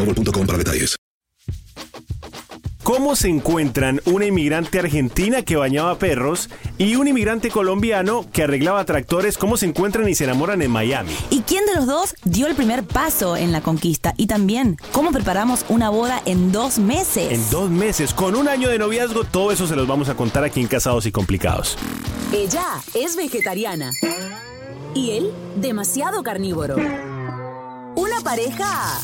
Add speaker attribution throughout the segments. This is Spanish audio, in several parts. Speaker 1: mobile.com para detalles.
Speaker 2: ¿Cómo se encuentran una inmigrante argentina que bañaba perros y un inmigrante colombiano que arreglaba tractores? ¿Cómo se encuentran y se enamoran en Miami?
Speaker 3: ¿Y quién de los dos dio el primer paso en la conquista? Y también, ¿cómo preparamos una boda en dos meses?
Speaker 2: En dos meses, con un año de noviazgo, todo eso se los vamos a contar aquí en Casados y Complicados.
Speaker 4: Ella es vegetariana y él demasiado carnívoro. Una pareja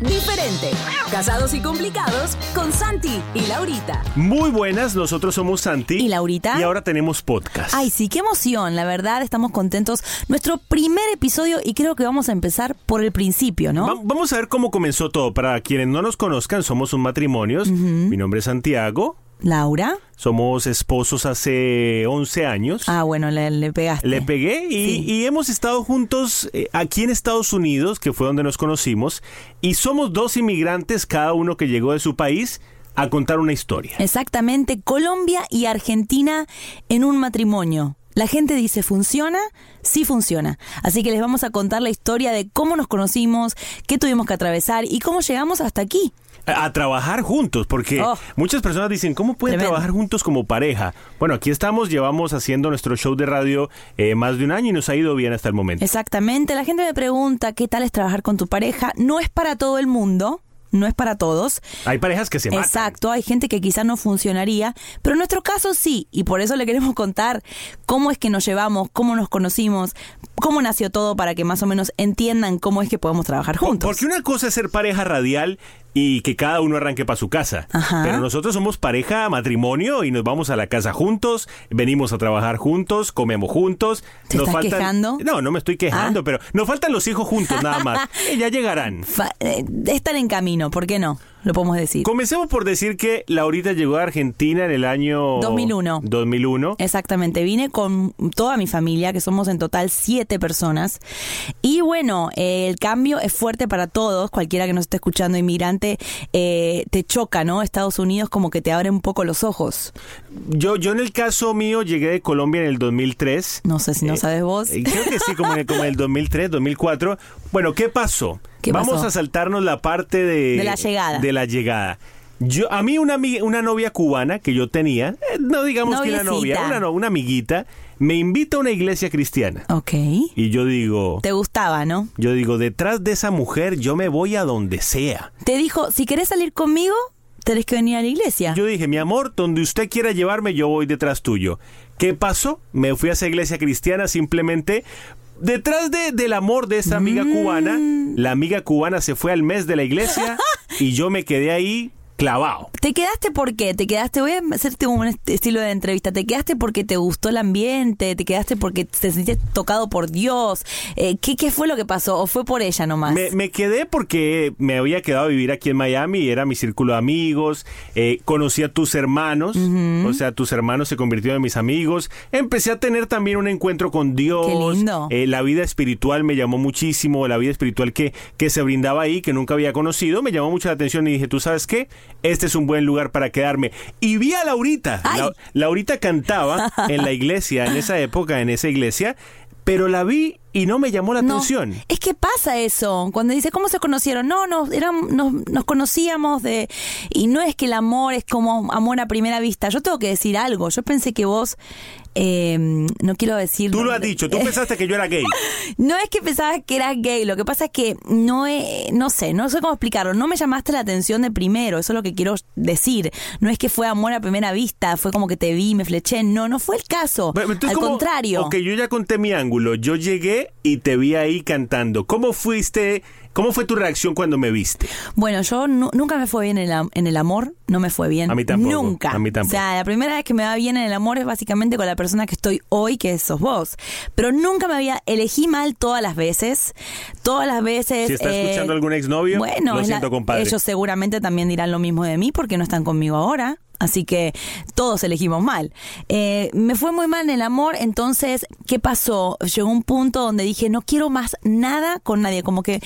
Speaker 4: diferente. Casados y complicados con Santi y Laurita.
Speaker 2: Muy buenas, nosotros somos Santi.
Speaker 3: ¿Y Laurita?
Speaker 2: Y ahora tenemos podcast.
Speaker 3: Ay, sí, qué emoción, la verdad, estamos contentos. Nuestro primer episodio y creo que vamos a empezar por el principio, ¿no?
Speaker 2: Va- vamos a ver cómo comenzó todo. Para quienes no nos conozcan, somos un matrimonios. Mi nombre es Santiago.
Speaker 3: Laura.
Speaker 2: Somos esposos hace 11 años.
Speaker 3: Ah, bueno, le, le pegaste.
Speaker 2: Le pegué y,
Speaker 3: Sí.
Speaker 2: y hemos estado juntos eh, aquí en Estados Unidos, que fue donde nos conocimos, y somos dos inmigrantes, cada uno que llegó de su país, a contar una historia.
Speaker 3: Exactamente, Colombia y Argentina en un matrimonio. La gente dice, ¿funciona? Sí funciona. Así que les vamos a contar la historia de cómo nos conocimos, qué tuvimos que atravesar y cómo llegamos hasta aquí.
Speaker 2: A, a trabajar juntos, porque
Speaker 3: Oh.
Speaker 2: muchas personas dicen, ¿cómo pueden
Speaker 3: Tremendo.
Speaker 2: trabajar juntos como pareja? Bueno, aquí estamos, llevamos haciendo nuestro show de radio eh, más de un año y nos ha ido bien hasta el momento.
Speaker 3: Exactamente, la gente me pregunta qué tal es trabajar con tu pareja. No es para todo el mundo, no es para todos.
Speaker 2: Hay parejas que se matan.
Speaker 3: Exacto, hay gente que quizá no funcionaría, pero en nuestro caso sí, y por eso le queremos contar cómo es que nos llevamos, cómo nos conocimos, cómo nació todo para que más o menos entiendan cómo es que podemos trabajar juntos.
Speaker 2: Porque una cosa es ser pareja radial y que cada uno arranque para su casa.
Speaker 3: Ajá.
Speaker 2: Pero nosotros somos pareja matrimonio y nos vamos a la casa juntos, venimos a trabajar juntos, comemos juntos.
Speaker 3: ¿Te estás quejando? Ah.
Speaker 2: No, no me estoy quejando, pero nos faltan los hijos juntos nada más. Eh, ya llegarán.
Speaker 3: Fa- eh, están en camino, ¿por qué no? Lo podemos decir.
Speaker 2: Comencemos por decir que Laurita llegó a Argentina en el año
Speaker 3: 2001.
Speaker 2: 2001.
Speaker 3: Eh. Exactamente, vine con toda mi familia, que somos en total siete personas. Y bueno, eh, el cambio es fuerte para todos, cualquiera que nos esté escuchando, inmigrante, eh, te choca, ¿no? Estados Unidos como que te abre un poco los ojos.
Speaker 2: Yo, yo en el caso mío llegué de Colombia en el 2003.
Speaker 3: No sé si no sabes vos.
Speaker 2: Eh, Creo que sí, como en, el, como en el 2003, 2004. Bueno, ¿qué pasó?
Speaker 3: ¿Qué
Speaker 2: Vamos
Speaker 3: pasó?
Speaker 2: a saltarnos la parte de,
Speaker 3: De la llegada.
Speaker 2: de la llegada. Yo, a mí una, ami- una novia cubana que yo tenía, eh, no digamos que una
Speaker 3: Noviecita.
Speaker 2: novia, una, no- una amiguita, me invita a una iglesia cristiana.
Speaker 3: Ok.
Speaker 2: Y yo digo,
Speaker 3: Te gustaba, ¿no?
Speaker 2: yo digo, detrás de esa mujer yo me voy a donde sea.
Speaker 3: Te dijo, si querés salir conmigo, tenés que venir a la iglesia.
Speaker 2: Yo dije, mi amor, donde usted quiera llevarme, yo voy detrás tuyo. ¿Qué pasó? Me fui a esa iglesia cristiana simplemente Detrás de, del amor de esa amiga cubana, la amiga cubana se fue al mes de la iglesia y yo me quedé ahí clavado.
Speaker 3: ¿Te quedaste por qué? ¿Te quedaste? Voy a hacerte un est- estilo de entrevista. ¿Te quedaste porque te gustó el ambiente? ¿Te quedaste porque te sentiste tocado por Dios? Eh, ¿qué, ¿Qué fue lo que pasó? ¿O fue por ella nomás?
Speaker 2: Me, me quedé porque me había quedado a vivir aquí en Miami y era mi círculo de amigos. eh, conocí a tus hermanos,
Speaker 3: Ujú.
Speaker 2: o sea, tus hermanos se convirtieron en mis amigos. Empecé a tener también un encuentro con Dios.
Speaker 3: Qué lindo.
Speaker 2: Eh, la vida espiritual me llamó muchísimo, la vida espiritual que, que se brindaba ahí, que nunca había conocido, me llamó mucho la atención y dije, ¿tú sabes qué? Este es un buen lugar para quedarme. Y vi a Laurita. La- Laurita cantaba en la iglesia, en esa época, en esa iglesia, pero la vi y no me llamó la
Speaker 3: No.
Speaker 2: atención.
Speaker 3: Es que pasa eso. Cuando dice cómo se conocieron, no, nos, eran, nos, nos conocíamos de. Y no es que el amor es como amor a primera vista. Yo tengo que decir algo. Yo pensé que vos. eh, no quiero decir.
Speaker 2: Tú lo has dicho,
Speaker 3: Eh.
Speaker 2: tú pensaste que yo era gay.
Speaker 3: No es que pensabas que eras gay, lo que pasa es que no eh, no sé, no sé cómo explicarlo, no me llamaste la atención de primero, eso es lo que quiero decir. No es que fue amor a primera vista, fue como que te vi, me fleché, no, no fue el caso.
Speaker 2: Pero entonces,
Speaker 3: Al
Speaker 2: ¿cómo-
Speaker 3: contrario.
Speaker 2: Ok, yo ya conté mi ángulo. Yo llegué y te vi ahí cantando. ¿Cómo fuiste? ¿Cómo fue tu reacción cuando me viste?
Speaker 3: Bueno, yo nu- nunca me fue bien en el, am- en el amor, no me fue bien.
Speaker 2: A mí tampoco,
Speaker 3: Nunca.
Speaker 2: a mí tampoco.
Speaker 3: O sea, la primera vez que me va bien en el amor es básicamente con la persona que estoy hoy, que sos vos. Pero nunca me había, elegí mal todas las veces, todas las veces.
Speaker 2: Si está
Speaker 3: eh,
Speaker 2: escuchando algún exnovio,
Speaker 3: bueno,
Speaker 2: lo
Speaker 3: es la-
Speaker 2: siento, compadre.
Speaker 3: ellos seguramente también dirán lo mismo de mí porque no están conmigo ahora. Así que todos elegimos mal. Eh, me fue muy mal en el amor, entonces, ¿qué pasó? Llegó un punto donde dije, no quiero más nada con nadie. Como que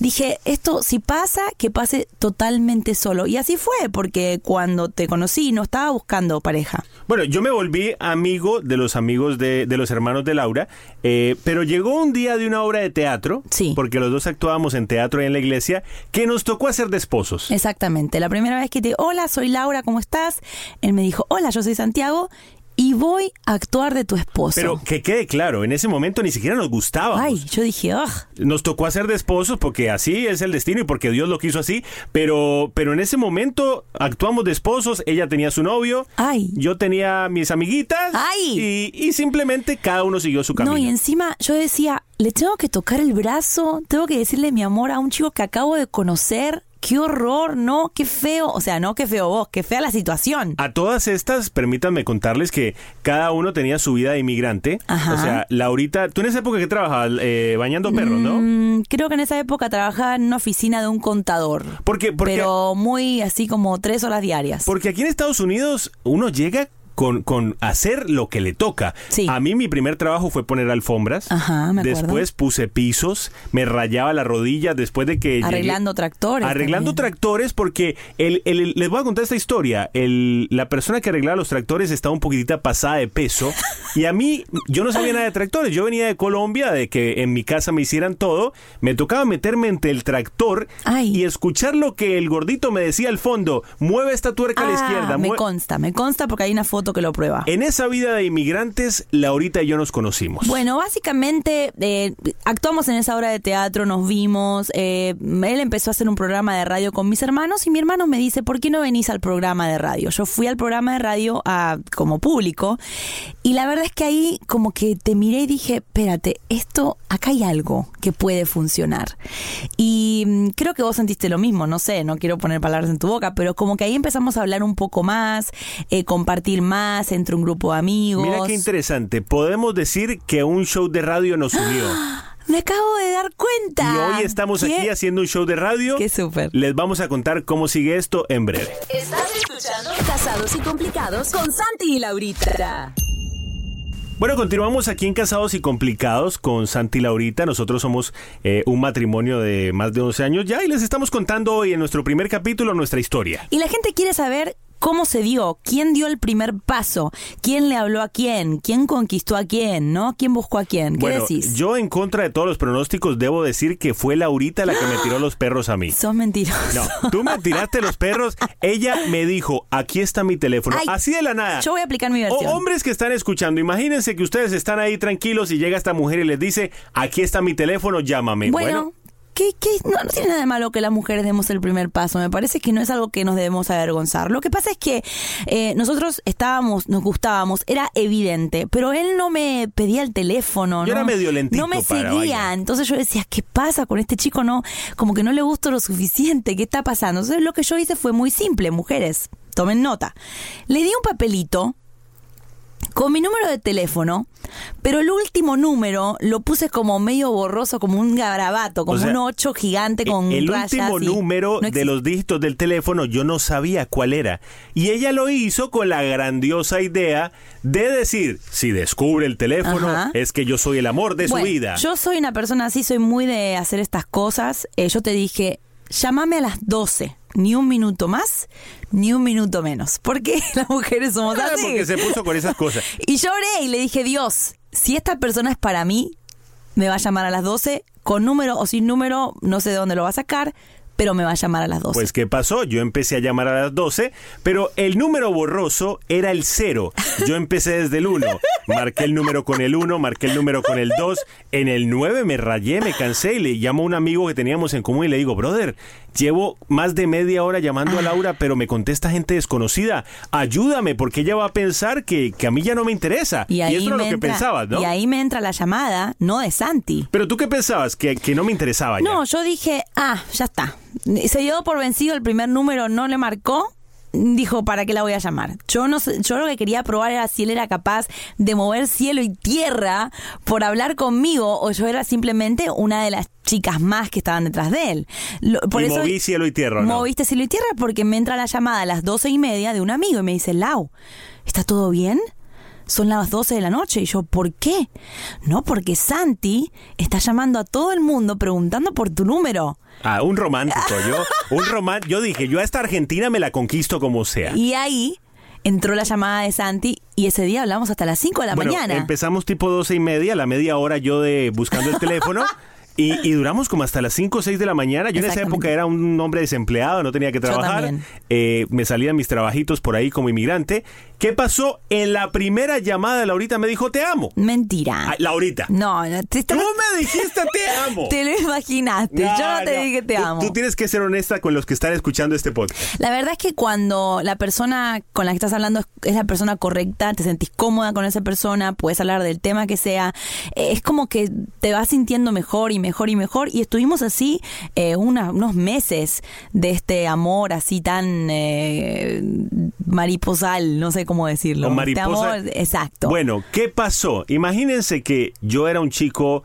Speaker 3: dije, esto si pasa, que pase totalmente solo. Y así fue, porque cuando te conocí no estaba buscando pareja.
Speaker 2: Bueno, yo me volví amigo de los amigos de, de los hermanos de Laura, eh, pero llegó un día de una obra de teatro, porque los dos actuábamos en teatro y en la iglesia, que nos tocó hacer de esposos.
Speaker 3: Exactamente. La primera vez que te hola, soy Laura, ¿cómo estás? Él me dijo, hola, yo soy Santiago y voy a actuar de tu esposo.
Speaker 2: Pero que quede claro, en ese momento ni siquiera nos gustaba.
Speaker 3: Ay, yo dije, ugh.
Speaker 2: Nos tocó hacer de esposos porque así es el destino y porque Dios lo quiso así, pero, pero en ese momento actuamos de esposos, ella tenía su novio, yo tenía mis amiguitas Y, y simplemente cada uno siguió su camino.
Speaker 3: No, y encima yo decía, le tengo que tocar el brazo, tengo que decirle mi amor a un chico que acabo de conocer. Qué horror, no, qué feo. O sea, no, qué feo vos, qué fea la situación.
Speaker 2: A todas estas, permítanme contarles que cada uno tenía su vida de inmigrante.
Speaker 3: Ajá.
Speaker 2: O sea, Laurita, tú en esa época que trabajabas eh, bañando perros, ¿no?
Speaker 3: Mm, creo que en esa época trabajaba en una oficina de un contador.
Speaker 2: ¿Por qué? Porque,
Speaker 3: Pero muy así como tres horas diarias.
Speaker 2: porque aquí en Estados Unidos uno llega con, con hacer lo que le toca. A mí mi primer trabajo fue poner alfombras.
Speaker 3: Ajá, me acuerdo.
Speaker 2: Después puse pisos, me rayaba la rodilla después de que... llegué-
Speaker 3: Arreglando tractores.
Speaker 2: Arreglando tractores porque el, el- el- les voy a contar esta historia. El- la persona que arreglaba los tractores estaba un poquitita pasada de peso y a mí yo no sabía nada de tractores. Yo venía de Colombia, de que en mi casa me hicieran todo. Me tocaba meterme entre el tractor y escuchar lo que el gordito me decía al fondo. Mueve esta tuerca a la
Speaker 3: Ah,
Speaker 2: izquierda.
Speaker 3: me
Speaker 2: mue-".
Speaker 3: consta, me consta porque hay una foto que lo prueba.
Speaker 2: En esa vida de inmigrantes, Laurita y yo nos conocimos.
Speaker 3: Bueno, básicamente eh, actuamos en esa obra de teatro, nos vimos. eh, él empezó a hacer un programa de radio con mis hermanos y mi hermano me dice, ¿por qué no venís al programa de radio? Yo fui al programa de radio ah, como público y la verdad es que ahí como que te miré y dije, espérate, esto, acá hay algo que puede funcionar. Y mm, creo que vos sentiste lo mismo, no sé, no quiero poner palabras en tu boca, pero como que ahí empezamos a hablar un poco más, eh, compartir más entre un grupo de amigos.
Speaker 2: Mira qué interesante. Podemos decir que un show de radio nos unió.
Speaker 3: Me acabo de dar cuenta.
Speaker 2: Y hoy estamos aquí haciendo un show de radio. Qué
Speaker 3: súper.
Speaker 2: Les vamos a contar cómo sigue esto en breve.
Speaker 4: Estás escuchando Casados y Complicados con Santi y Laurita.
Speaker 2: Bueno, continuamos aquí en Casados y Complicados con Santi y Laurita. Nosotros somos eh, un matrimonio de más de 11 años ya y les estamos contando hoy en nuestro primer capítulo nuestra historia.
Speaker 3: Y la gente quiere saber cómo se dio, quién dio el primer paso, quién le habló a quién, quién conquistó a quién, ¿no? ¿Quién buscó a quién? ¿Qué
Speaker 2: bueno,
Speaker 3: decís?
Speaker 2: yo en contra de todos los pronósticos debo decir que fue Laurita la que me tiró los perros a mí.
Speaker 3: Sos mentiroso.
Speaker 2: No, tú me tiraste los perros. Ella me dijo, aquí está mi teléfono.
Speaker 3: Ay,
Speaker 2: Así de la nada.
Speaker 3: Yo voy a aplicar mi
Speaker 2: O-
Speaker 3: versión.
Speaker 2: hombres que están escuchando, imagínense que ustedes están ahí tranquilos y llega esta mujer y les dice, aquí está mi teléfono, llámame.
Speaker 3: bueno, ¿Qué, qué? No, no tiene nada de malo que las mujeres demos el primer paso. Me parece que no es algo que nos debemos avergonzar. Lo que pasa es que eh, nosotros estábamos, nos gustábamos, era evidente, pero él no me pedía el teléfono.
Speaker 2: Yo
Speaker 3: ¿no?
Speaker 2: era medio lentito
Speaker 3: No me
Speaker 2: para
Speaker 3: seguía.
Speaker 2: bailar.
Speaker 3: Entonces yo decía, ¿qué pasa con este chico? No, como que no le gusto lo suficiente. ¿Qué está pasando? Entonces lo que yo hice fue muy simple, mujeres. Tomen nota. Le di un papelito con mi número de teléfono, pero el último número lo puse como medio borroso, como un garabato, como
Speaker 2: O sea,
Speaker 3: un 8 gigante con
Speaker 2: e-, el
Speaker 3: rayas
Speaker 2: último
Speaker 3: y-
Speaker 2: número
Speaker 3: no
Speaker 2: de los dígitos del teléfono yo no sabía cuál era. Y ella lo hizo con la grandiosa idea de decir, si descubre el teléfono,
Speaker 3: Ajá.
Speaker 2: es que yo soy el amor de
Speaker 3: Bueno,
Speaker 2: su vida.
Speaker 3: Yo soy una persona así, soy muy de hacer estas cosas. Eh, yo te dije, llámame a las 12. Ni un minuto más, ni un minuto menos. Porque las mujeres somos
Speaker 2: Ah,
Speaker 3: así.
Speaker 2: porque se puso con esas cosas.
Speaker 3: Y lloré y le dije, Dios, si esta persona es para mí, me va a llamar a las 12, con número o sin número, no sé de dónde lo va a sacar, pero me va a llamar a las 12.
Speaker 2: Pues ¿qué pasó? Yo empecé a llamar a las 12, pero el número borroso era el 0. Yo empecé desde el 1. Marqué el número con el 1, marqué el número con el 2. En el 9 me rayé, me cansé y le llamo a un amigo que teníamos en común y le digo, brother, llevo más de media hora llamando a Laura, pero me contesta gente desconocida. Ayúdame porque ella va a pensar que, que a mí ya no me interesa. Y,
Speaker 3: ahí
Speaker 2: eso era
Speaker 3: me
Speaker 2: lo que
Speaker 3: entra-
Speaker 2: pensabas, ¿no?
Speaker 3: Y ahí me entra la llamada, no de Santi.
Speaker 2: Pero tú qué pensabas, que, que no me interesaba ya.
Speaker 3: No, yo dije, ah, ya está. Se dio por vencido el primer número, no le marcó. Dijo, ¿para qué la voy a llamar? Yo no sé- yo lo que quería probar era si él era capaz de mover cielo y tierra por hablar conmigo o yo era simplemente una de las chicas más que estaban detrás de él. Lo- por
Speaker 2: y
Speaker 3: eso-
Speaker 2: moví cielo y tierra, ¿no?
Speaker 3: Moviste cielo y tierra porque me entra la llamada a las doce y media de un amigo y me dice, Lau, ¿está todo bien? Son las 12 de la noche y yo, ¿por qué? No, porque Santi está llamando a todo el mundo preguntando por tu número.
Speaker 2: Ah, un romántico. Yo, un roman yo dije, yo a esta Argentina me la conquisto como sea.
Speaker 3: Y ahí entró la llamada de Santi y ese día hablamos hasta las 5 de la
Speaker 2: Bueno,
Speaker 3: mañana.
Speaker 2: Empezamos tipo doce y media, la media hora yo de buscando el teléfono. Y, y duramos como hasta las 5 o 6 de la mañana. Yo en esa época era un hombre desempleado, no tenía que trabajar.
Speaker 3: también.
Speaker 2: Eh, me salían mis trabajitos por ahí como inmigrante. ¿Qué pasó? En la primera llamada, Laurita me dijo, te amo.
Speaker 3: Mentira.
Speaker 2: Ah, Laurita.
Speaker 3: No, no, te
Speaker 2: Tú me dijiste te amo.
Speaker 3: Te lo imaginaste. yo no te
Speaker 2: No, no.
Speaker 3: dije te
Speaker 2: Tú-
Speaker 3: amo.
Speaker 2: Tú tienes que ser honesta con los que están escuchando este podcast.
Speaker 3: La verdad es que cuando la persona con la que estás hablando es, es la persona correcta, te sentís cómoda con esa persona, puedes hablar del tema que sea, eh, es como que te vas sintiendo mejor y mejor y mejor. Y estuvimos así eh, una- unos meses de este amor así tan eh, mariposal, no sé cómo decirlo.
Speaker 2: O mariposa.
Speaker 3: Este amor, exacto.
Speaker 2: Bueno, ¿qué pasó? Imagínense que yo era un chico,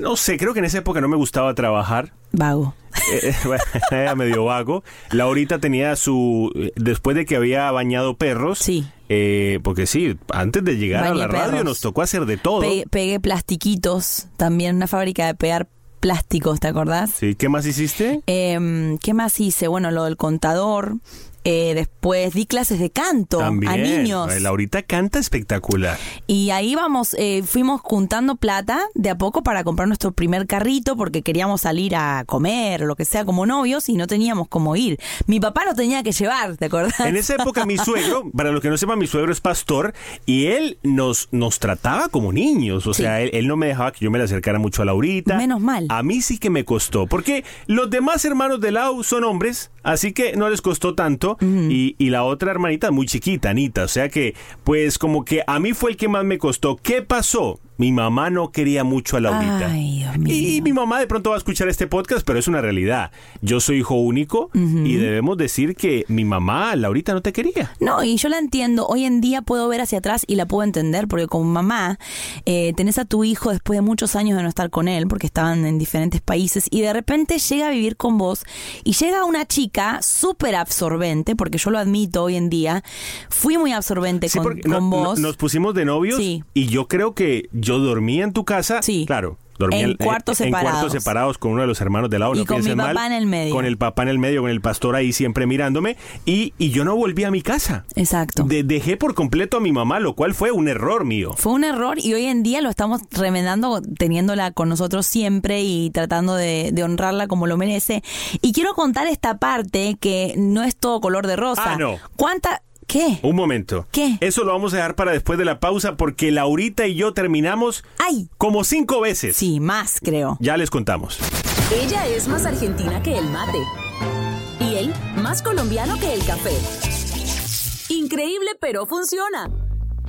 Speaker 2: no sé, creo que en esa época no me gustaba trabajar.
Speaker 3: Vago.
Speaker 2: Eh, bueno, era medio vago. Laurita tenía su. Después de que había bañado perros. eh,
Speaker 3: Sí.
Speaker 2: porque sí, antes de llegar
Speaker 3: Bañé
Speaker 2: a la radio
Speaker 3: perros.
Speaker 2: nos tocó hacer de todo.
Speaker 3: Pe- pegué plastiquitos, también una fábrica de pegar plásticos, ¿te acordás?
Speaker 2: Sí, ¿Qué más hiciste?
Speaker 3: Em, ¿Qué más hice? Bueno, lo del contador. Eh, después di clases de canto
Speaker 2: También.
Speaker 3: a niños.
Speaker 2: Ay, Laurita canta espectacular.
Speaker 3: Y ahí vamos, eh, fuimos juntando plata de a poco para comprar nuestro primer carrito porque queríamos salir a comer o lo que sea como novios y no teníamos cómo ir. Mi papá nos tenía que llevar, ¿te acordás?
Speaker 2: En esa época mi suegro, para los que no sepan, mi suegro es pastor y él nos, nos trataba como niños. O sea, él, él no me dejaba que yo me le acercara mucho a Laurita. Menos mal. A mí sí que me costó, porque los demás hermanos de Lau son hombres, así que no les costó tanto. y, y la otra hermanita muy chiquita, Anita. O sea que, pues como que a mí fue el que más me costó. ¿Qué pasó? Mi mamá no quería mucho a Laurita. Y, y mi mamá de pronto va a escuchar este podcast, pero es una realidad. Yo soy hijo único y debemos decir que mi mamá, Laurita, no te quería.
Speaker 3: No, y yo la entiendo. Hoy en día puedo ver hacia atrás y la puedo entender, porque como mamá, eh, tenés a tu hijo después de muchos años de no estar con él, porque estaban en diferentes países, y de repente llega a vivir con vos, y llega una chica súper absorbente, porque yo lo admito hoy en día, fui muy absorbente con,
Speaker 2: porque
Speaker 3: con
Speaker 2: no- no-
Speaker 3: vos.
Speaker 2: nos pusimos de novios
Speaker 3: Sí.
Speaker 2: y yo creo que yo dormía en tu casa. Sí. Claro. Dormía
Speaker 3: En
Speaker 2: eh,
Speaker 3: cuartos
Speaker 2: en cuartos
Speaker 3: separados.
Speaker 2: separados con uno de los hermanos de Laura.
Speaker 3: Y
Speaker 2: no
Speaker 3: con mi
Speaker 2: pienses
Speaker 3: papá
Speaker 2: mal,
Speaker 3: en el medio.
Speaker 2: Con el papá en el medio, con el pastor ahí siempre mirándome. Y, y yo no volví a mi casa.
Speaker 3: Exacto.
Speaker 2: De- dejé por completo a mi mamá, lo cual fue un error mío.
Speaker 3: Fue un error y hoy en día lo estamos remendando, teniéndola con nosotros siempre y tratando de, de honrarla como lo merece. Y quiero contar esta parte que no es todo color de rosa.
Speaker 2: Ah, no. Uh.
Speaker 3: ¿Cuánta? ¿Qué?
Speaker 2: Un momento. ¿Qué? Eso lo vamos a dejar para después de la pausa porque Laurita y yo terminamos como cinco veces.
Speaker 3: Sí, más creo.
Speaker 2: Ya les contamos.
Speaker 4: Ella es más argentina que el mate. Y él, más colombiano que el café. Increíble, pero funciona.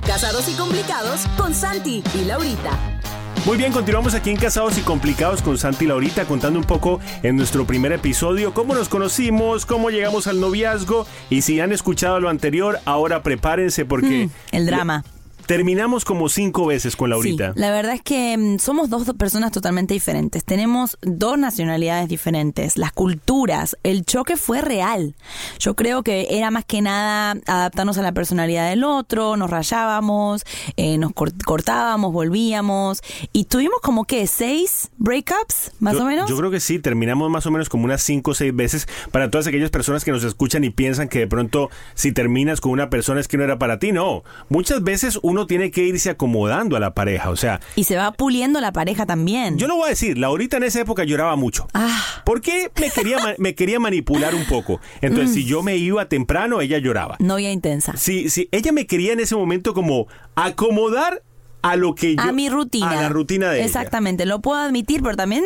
Speaker 4: Casados y complicados con Santi y Laurita.
Speaker 2: Muy bien, continuamos aquí en Casados y Complicados con Santi y Laurita contando un poco en nuestro primer episodio cómo nos conocimos, cómo llegamos al noviazgo y si han escuchado lo anterior, ahora prepárense porque...
Speaker 3: Mm, el drama.
Speaker 2: Terminamos como cinco veces con
Speaker 3: Sí,
Speaker 2: Laurita.
Speaker 3: la verdad es que mm, somos dos do- personas totalmente diferentes. Tenemos dos nacionalidades diferentes, las culturas. El choque fue real. Yo creo que era más que nada adaptarnos a la personalidad del otro, nos rayábamos, eh, nos cor- cortábamos, volvíamos. Y tuvimos como que seis breakups, más
Speaker 2: yo,
Speaker 3: o menos.
Speaker 2: Yo creo que sí, terminamos más o menos como unas cinco o seis veces para todas aquellas personas que nos escuchan y piensan que de pronto si terminas con una persona es que no era para ti. No, muchas veces uno tiene que irse acomodando a la pareja. O sea,
Speaker 3: y se va puliendo la pareja también.
Speaker 2: yo lo voy a decir, Laurita en esa época lloraba mucho.
Speaker 3: Ah,
Speaker 2: Porque me quería, ma- me quería manipular un poco. Entonces,
Speaker 3: Mm.
Speaker 2: si yo me iba temprano, ella lloraba.
Speaker 3: novia intensa.
Speaker 2: Si, si ella me quería en ese momento como acomodar a lo que yo...
Speaker 3: a mi rutina.
Speaker 2: A la rutina de ella.
Speaker 3: Exactamente, lo puedo admitir, pero también,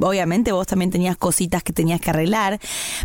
Speaker 3: obviamente, vos también tenías cositas que tenías que arreglar.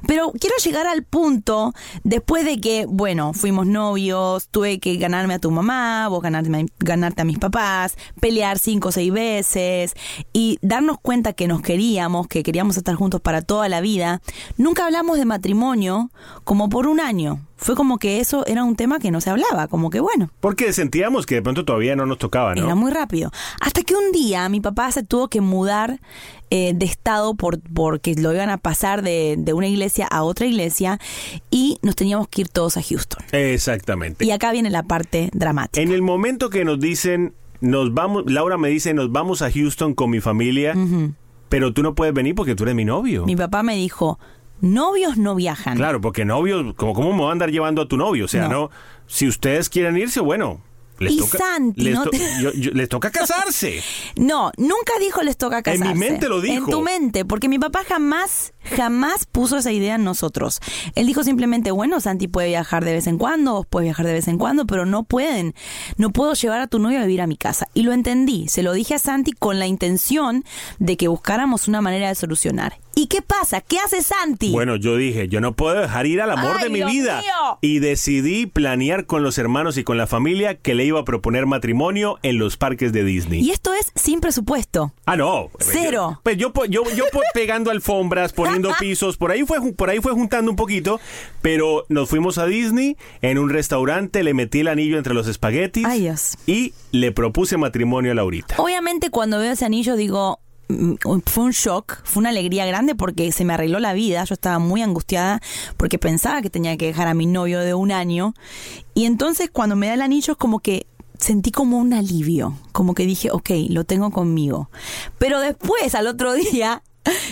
Speaker 3: Pero quiero llegar al punto, después de que, bueno, fuimos novios, tuve que ganarme a tu mamá, vos ganarme, a- ganarte a mis papás, pelear cinco o seis veces y darnos cuenta que nos queríamos, que queríamos estar juntos para toda la vida. Nunca hablamos de matrimonio como por un año. Fue como que eso era un tema que no se hablaba, como que bueno.
Speaker 2: Porque sentíamos que de pronto todavía no nos tocaba, ¿no?
Speaker 3: Era muy rápido. Hasta que un día mi papá se tuvo que mudar eh, de estado por, porque lo iban a pasar de, de una iglesia a otra iglesia y nos teníamos que ir todos a Houston.
Speaker 2: Exactamente.
Speaker 3: Y acá viene la parte dramática.
Speaker 2: En el momento que nos dicen, nos vamos, Laura me dice, nos vamos a Houston con mi familia,
Speaker 3: Ujú.
Speaker 2: pero tú no puedes venir porque tú eres mi novio.
Speaker 3: Mi papá me dijo, novios no viajan.
Speaker 2: Claro, porque novio, ¿cómo, ¿cómo me voy a andar llevando a tu novio? O sea, no, si ustedes quieren irse, bueno, les
Speaker 3: Y
Speaker 2: toca.
Speaker 3: Santi,
Speaker 2: les,
Speaker 3: no
Speaker 2: to-
Speaker 3: te-
Speaker 2: yo- yo- les toca casarse.
Speaker 3: No, nunca dijo les toca
Speaker 2: En mi
Speaker 3: casarse.
Speaker 2: mente lo dijo.
Speaker 3: En tu mente, porque mi papá jamás, jamás puso esa idea en nosotros. Él dijo simplemente, bueno, Santi puede viajar de vez en cuando, vos puedes viajar de vez en cuando, pero no pueden, no puedo llevar a tu novio a vivir a mi casa. Y lo entendí, se lo dije a Santi con la intención de que buscáramos una manera de solucionar. ¿Y qué pasa? ¿Qué hace Santi?
Speaker 2: Bueno, yo dije, yo no puedo dejar ir al amor
Speaker 3: ¡Ay,
Speaker 2: de mi
Speaker 3: Dios
Speaker 2: vida.
Speaker 3: mío!
Speaker 2: Y decidí planear con los hermanos y con la familia que le iba a proponer matrimonio en los parques de Disney.
Speaker 3: Y esto es sin presupuesto.
Speaker 2: Ah, no.
Speaker 3: Cero.
Speaker 2: Pues yo, po- yo, yo po- pegando alfombras, poniendo pisos, por ahí, fue, ju- por ahí fue juntando un poquito, pero nos fuimos a Disney, en un restaurante, le metí el anillo entre los espaguetis
Speaker 3: Ay, Dios.
Speaker 2: y le propuse matrimonio a Laurita.
Speaker 3: Obviamente cuando veo ese anillo digo, mm, fue un shock, fue una alegría grande porque se me arregló la vida, yo estaba muy angustiada porque pensaba que tenía que dejar a mi novio de un año y entonces cuando me da el anillo es como que sentí como un alivio, como que dije, ok, lo tengo conmigo. Pero después al otro día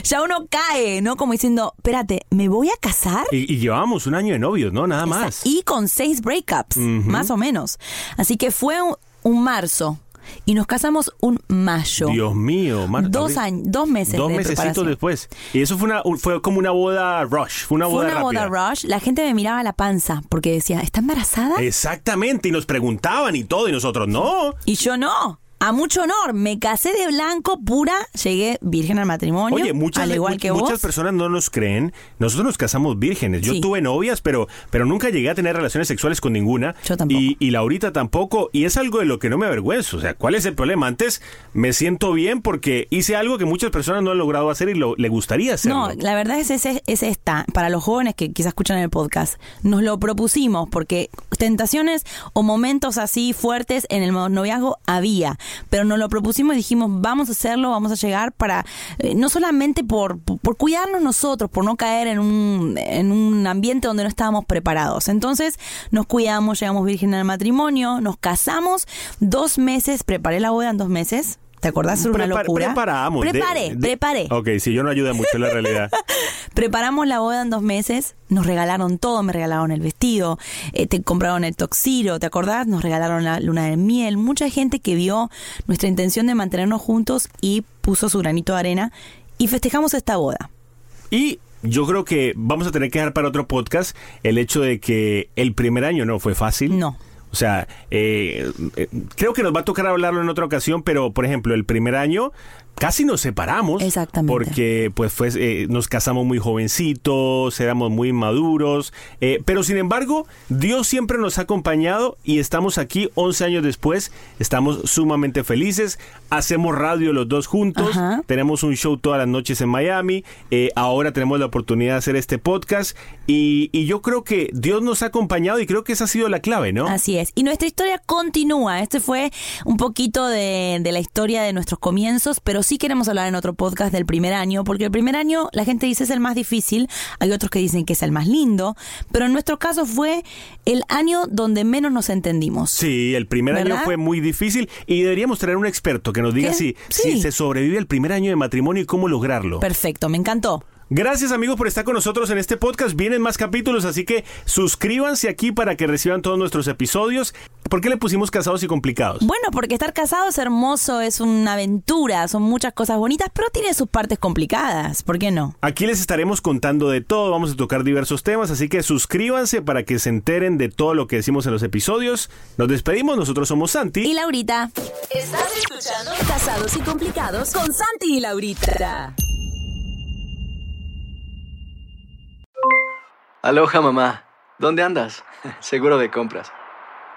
Speaker 3: ya uno cae, ¿no? Como diciendo, espérate, ¿me voy a casar?
Speaker 2: Y, y llevábamos un año de novios, ¿no? Nada más.
Speaker 3: Y con seis breakups,
Speaker 2: Ujú.
Speaker 3: más o menos. Así que fue un, un marzo y nos casamos un mayo.
Speaker 2: Dios mío, Marta.
Speaker 3: Dos
Speaker 2: ahorita-
Speaker 3: años, dos meses
Speaker 2: Dos
Speaker 3: de
Speaker 2: mesecitos
Speaker 3: preparación.
Speaker 2: después. Y eso fue, una, un- fue como una boda rush, fue una
Speaker 3: Fue
Speaker 2: boda
Speaker 3: una
Speaker 2: rápida.
Speaker 3: boda rush, la gente me miraba la panza porque decía, ¿está embarazada?
Speaker 2: Exactamente, y nos preguntaban y todo, y nosotros no.
Speaker 3: Y yo no. A mucho honor, me casé de blanco pura, llegué virgen al matrimonio,
Speaker 2: Oye, muchas,
Speaker 3: al igual
Speaker 2: mu-
Speaker 3: que
Speaker 2: muchas
Speaker 3: vos.
Speaker 2: personas no nos creen. Nosotros nos casamos vírgenes. Yo
Speaker 3: Sí.
Speaker 2: tuve novias, pero, pero nunca llegué a tener relaciones sexuales con ninguna.
Speaker 3: Yo tampoco.
Speaker 2: Y, y Laurita tampoco. Y es algo de lo que no me avergüenzo. O sea, ¿cuál es el problema? Antes me siento bien porque hice algo que muchas personas no han logrado hacer y lo, le gustaría hacerlo.
Speaker 3: No, la verdad es, ese- es esta. Para los jóvenes que quizás escuchan el podcast, nos lo propusimos porque tentaciones o momentos así fuertes en el noviazgo había, pero nos lo propusimos y dijimos, vamos a hacerlo, vamos a llegar para, eh, no solamente por, por cuidarnos nosotros, por no caer en un, en un ambiente donde no estábamos preparados. Entonces nos cuidamos, llegamos virgen al matrimonio, nos casamos dos meses, preparé la boda en dos meses. ¿Te acordás? Era una
Speaker 2: Prepar-
Speaker 3: locura.
Speaker 2: preparamos. de-
Speaker 3: Preparé,
Speaker 2: de-
Speaker 3: preparé.
Speaker 2: Ok, si yo no ayuda mucho en la realidad.
Speaker 3: Preparamos la boda en dos meses, nos regalaron todo, me regalaron el vestido, eh, te compraron el toxiro, ¿te acordás? Nos regalaron la luna de miel, mucha gente que vio nuestra intención de mantenernos juntos y puso su granito de arena y festejamos esta boda.
Speaker 2: Y yo creo que vamos a tener que dejar para otro podcast el hecho de que el primer año no fue fácil.
Speaker 3: No.
Speaker 2: O sea, eh, eh, creo que nos va a tocar hablarlo en otra ocasión, pero por ejemplo, el primer año casi nos separamos.
Speaker 3: Exactamente.
Speaker 2: Porque pues fue, eh, nos casamos muy jovencitos, éramos muy maduros. eh, pero sin embargo, Dios siempre nos ha acompañado y estamos aquí 11 años después. Estamos sumamente felices. Hacemos radio los dos juntos.
Speaker 3: Ajá.
Speaker 2: Tenemos un show todas las noches en Miami. eh, ahora tenemos la oportunidad de hacer este podcast. Y, y yo creo que Dios nos ha acompañado y creo que esa ha sido la clave, ¿no?
Speaker 3: Así es. Y nuestra historia continúa. Este fue un poquito de, de la historia de nuestros comienzos, pero sí queremos hablar en otro podcast del primer año, porque el primer año la gente dice es el más difícil, hay otros que dicen que es el más lindo, pero en nuestro caso fue el año donde menos nos entendimos.
Speaker 2: Sí, el primer
Speaker 3: ¿Verdad?
Speaker 2: año fue muy difícil y deberíamos traer un experto que nos diga
Speaker 3: ¿Qué?
Speaker 2: si,
Speaker 3: Sí.
Speaker 2: si se sobrevive el primer año de matrimonio y cómo lograrlo.
Speaker 3: Perfecto, me encantó.
Speaker 2: Gracias amigos por estar con nosotros en este podcast. Vienen más capítulos, así que suscríbanse aquí para que reciban todos nuestros episodios. ¿Por qué le pusimos casados y complicados?
Speaker 3: Bueno, porque estar casado es hermoso, es una aventura, son muchas cosas bonitas, pero tiene sus partes complicadas, ¿por qué no?
Speaker 2: Aquí les estaremos contando de todo, vamos a tocar diversos temas, así que suscríbanse para que se enteren de todo lo que decimos en los episodios. Nos despedimos, nosotros somos Santi.
Speaker 3: Y Laurita.
Speaker 4: Estás escuchando Casados y Complicados con Santi y Laurita.
Speaker 5: Aloha mamá, ¿dónde andas? Seguro de compras.